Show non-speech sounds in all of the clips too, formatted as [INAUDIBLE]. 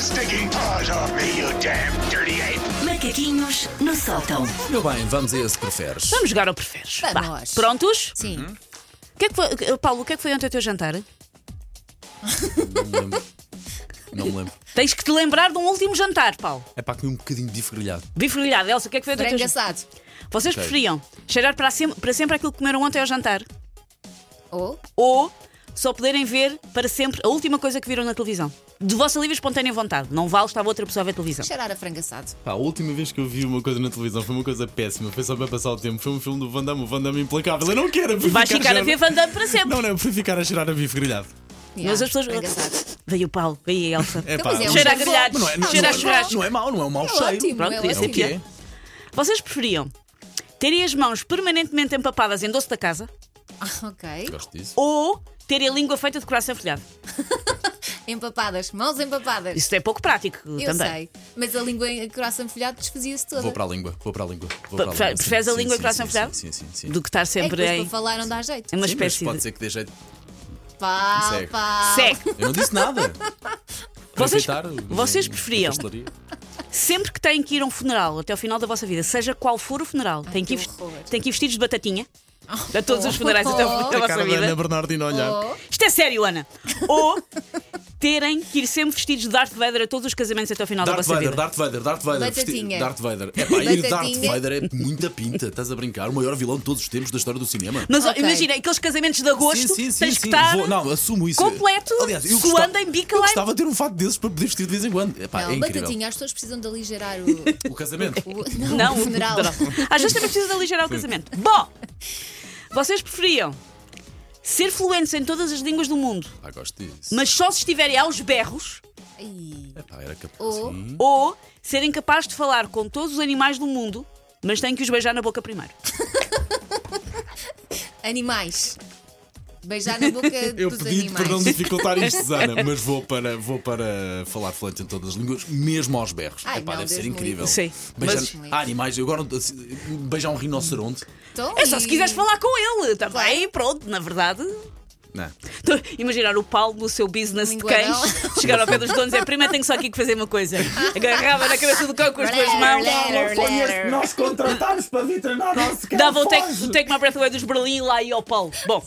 stinking paws off me, you damn dirty ape! Macaquinhos no sótão. Meu bem, vamos a esse que preferes. Vamos jogar ao preferes. Vá. Vamos. Prontos? Sim. O que é que foi- Paulo, o que é que foi ontem o teu jantar? Não me lembro. Tens que te lembrar de um último jantar, Paulo. É para comer um bocadinho de bife grelhado. Bife grelhado, Elsa, o que é que foi ontem o teu Frango jantar? assado. Vocês Ok. preferiam cheirar para sem- para sempre aquilo que comeram ontem ao jantar Ou ou só poderem ver para sempre a última coisa que viram na televisão? De vossa livre e espontânea vontade. Não vale estar outra pessoa a ver televisão. cheirar a frango assado. Pá, a última vez que eu vi uma coisa na televisão foi uma coisa péssima, foi só para passar o tempo. Foi um filme do Van Damme, o Van Damme implacável. Eu não quero, eu fui Vais ficar a cheirar- ver Van Damme para sempre. Não, não, eu fui ficar a cheirar a bife grelhado. Yeah, Mas as pessoas. Frango assado. Veio o Paulo, veio a Elsa. É Então, pá, mas é um Cheira a bom. grelhados, Não é, não, cheira a não é- churrasco. não é mau, não é um mau É cheiro. ótimo, Pronto, é isso É o ótimo. que é. Vocês preferiam terem as mãos permanentemente empapadas em doce da casa Ok. Gosto disso. ou terem a língua feita de coração folhado? Empapadas, mãos empapadas. Isso é pouco prático eu também. sei. Mas a língua em coração folhado desfazia-se toda. Vou para a língua, vou para a língua. vou para a Pre- língua, sim, Preferes a sim, língua sim, que coração sim, folhado? Sim, sim, sim. Do que estar É que sempre depois em. para falar não dá jeito. em uma Sim, mas espécie pode de. ser que dê jeito. Pá, Segue. pá. Segue. Eu não disse nada. Vocês, Aproveitar o- vocês a preferiam, pastelaria. É sempre que têm que ir a um funeral até ao final da vossa vida, seja qual for o funeral, têm, que ir, que vest- horror. têm que ir vestidos de batatinha a todos os funerais até ao final da A vossa cara da Ana vida. Bernardino a olhar. Oh, Isto é sério, Ana. Ou terem que ir sempre vestidos de Darth Vader a todos os casamentos até ao final da Darth vossa Vader, vida. Darth Vader, Darth Vader. Batatinha. vesti- Darth Vader. É pá, ir Darth Batatinha. Vader é muita pinta. Estás a brincar? O maior vilão de todos os tempos da história do cinema. Mas ó, Ok. imagina, aqueles casamentos de agosto, sim, sim, tens sim. que estar Vou- não, assumo isso. completo, Aliás, eu suando gostava- em bica Eu lá em- gostava de ter um fato desses para poder vestir de vez em quando. Epá, não, é incrível. batatinha, as pessoas precisam de aligerar o. O [LAUGHS] casamento. o- não, Não, o funeral. Às vezes também precisa de aligerar o casamento. Bom, vocês preferiam ser fluentes em todas as línguas do mundo, Ah, gosto disso. mas só se estiverem aos berros, Ai, Epá, era capaz. Ou- sim. ou serem capazes de falar com todos os animais do mundo, mas têm que os beijar na boca primeiro. Animais. [LAUGHS] Beijar na boca Eu dos pedi animais. para não dificultar [LAUGHS] isto, Susana, mas vou para, vou para falar fluente em todas as línguas, mesmo aos berros. Ai, Epá, não, deve ser Deus me incrível. livre. Sim, Beijar mas- há animais. Eu agora assim, beijar um rinoceronte. Então, É só e- se quiseres falar com ele também, pronto, na verdade. Não. Estou a Imaginar o Paulo no seu business de cães, Linguadão. chegar ao pé dos donos e é primeiro tenho só aqui que fazer uma coisa. Agarrava na cabeça do cão com as duas mãos. Letter, letter. Nós contratámos para vir treinar nosso Dava o take, o take My Breath Away dos Berlim lá e ao Paulo. Bom,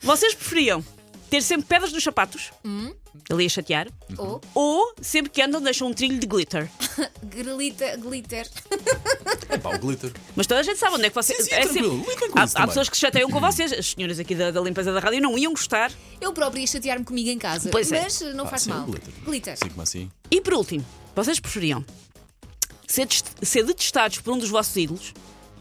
vocês preferiam ter sempre pedras nos sapatos, Hum? ali a chatear, Ou ou sempre que andam deixam um trilho de glitter? grelita- glitter. Epá, o glitter. Mas toda a gente sabe onde é que vocês. Sim, sim, é tranquilo, sempre- lidem com há, isso há também. pessoas que se chateiam com vocês. As senhoras aqui da, da limpeza da rádio não iam gostar. Eu própria ia chatear-me comigo em casa. Pois é. mas não Ah, faz sim, mal. glitter. Glitter. Sim, como assim? E por último, vocês preferiam ser, dest- ser detestados por um dos vossos ídolos?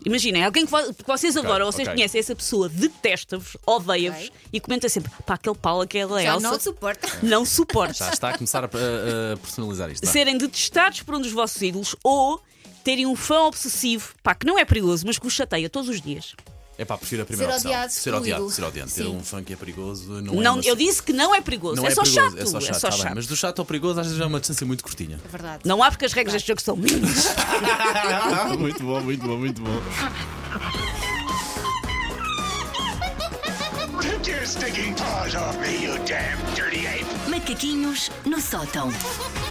Imaginem, alguém que, vo- que vocês adoram, vocês ok. conhecem, essa pessoa detesta-vos, odeia-vos Ok. e comenta sempre: pá, aquele Paulo, aquela Já Elsa, não suporta. não suporta. Já está a começar a, a- a personalizar isto. Vá. serem detestados por um dos vossos ídolos ou terem um fã obsessivo, pá, que não é perigoso, mas que vos chateia todos os dias. É pá, prefiro a primeira Ser opção. odiado, ser odiado, excluído. ser odiado. Ter Sim. um funk é perigoso. Não, é Não, uma- eu disse que não é perigoso, não é, é só perigoso, chato, É só chato. tá bem, mas do chato ao perigoso, às vezes é uma distância muito curtinha. É verdade. Não há porque as Tá. regras deste jogo são minhas. Muito bom, muito bom, muito bom. Take your stinking paws off me, you damn dirty ape! Macaquinhos no sótão.